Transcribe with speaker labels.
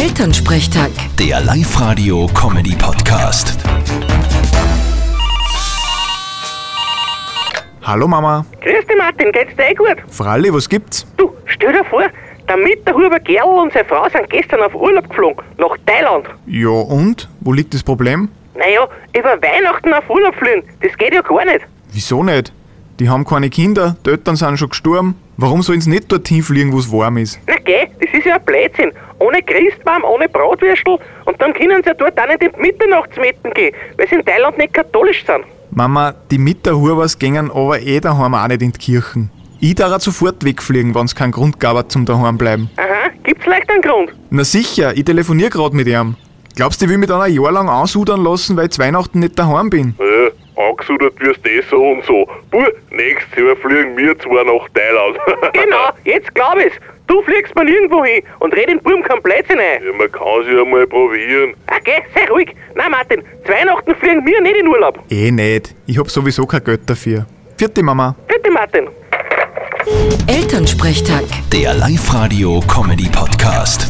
Speaker 1: Elternsprechtag.
Speaker 2: Der Live-Radio-Comedy-Podcast.
Speaker 3: Hallo Mama.
Speaker 4: Grüß dich, Martin, geht's dir eh gut?
Speaker 3: Fralli, was gibt's?
Speaker 4: Du, stell dir vor, der Mitterhuber Gerl und seine Frau sind gestern auf Urlaub geflogen, nach Thailand.
Speaker 3: Ja und? Wo liegt das Problem?
Speaker 4: Naja, über Weihnachten auf Urlaub fliegen, das geht ja gar nicht.
Speaker 3: Wieso nicht? Die haben keine Kinder, die Eltern sind schon gestorben. Warum sollen sie nicht dorthin fliegen, wo es warm ist?
Speaker 4: Na geh, das ist ja ein Blödsinn. Ohne Christbaum, ohne Bratwürstel und dann können sie ja dort auch nicht in die Mitternachtsmetten gehen, weil sie in Thailand nicht katholisch sind.
Speaker 3: Mama, die Mitterhurwas gängen aber eh daheim auch nicht in die Kirchen. Ich darf sofort wegfliegen, wenn's keinen Grund gab zum daheim bleiben.
Speaker 4: Aha, gibt's leicht einen Grund?
Speaker 3: Na sicher, ich telefonier grad mit ihm. Glaubst du, ich will mich dann ein Jahr lang ansudern lassen, weil ich zu Weihnachten nicht daheim bin?
Speaker 5: Äh, angesudert wirst du eh so und so. Puh, nächstes Jahr fliegen wir zwar nach Thailand.
Speaker 4: Genau, jetzt glaub ich's. Du fliegst mal irgendwo hin und red den Buben kein Blödsinn ein.
Speaker 5: Ja, man kann sich ja mal probieren.
Speaker 4: Ah, geh, sei ruhig. Nein, Martin, zu Weihnachten fliegen wir nicht in Urlaub.
Speaker 3: Eh nicht. Ich hab sowieso kein Geld dafür. Vierte Mama.
Speaker 4: Bitte, Martin.
Speaker 1: Elternsprechtag.
Speaker 2: Der Live-Radio-Comedy-Podcast.